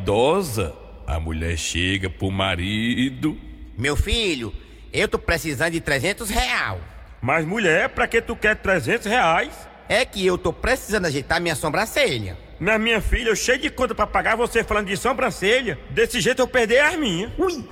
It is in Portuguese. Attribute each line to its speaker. Speaker 1: Vaidosa, a mulher chega pro marido.
Speaker 2: Meu filho, eu tô precisando de 300 real.
Speaker 3: Mas mulher, pra que tu quer 300 reais?
Speaker 2: É que eu tô precisando ajeitar minha sobrancelha.
Speaker 3: Mas minha filha, eu cheio de conta pra pagar você falando de sobrancelha. Desse jeito eu perder as minhas.
Speaker 2: Ui!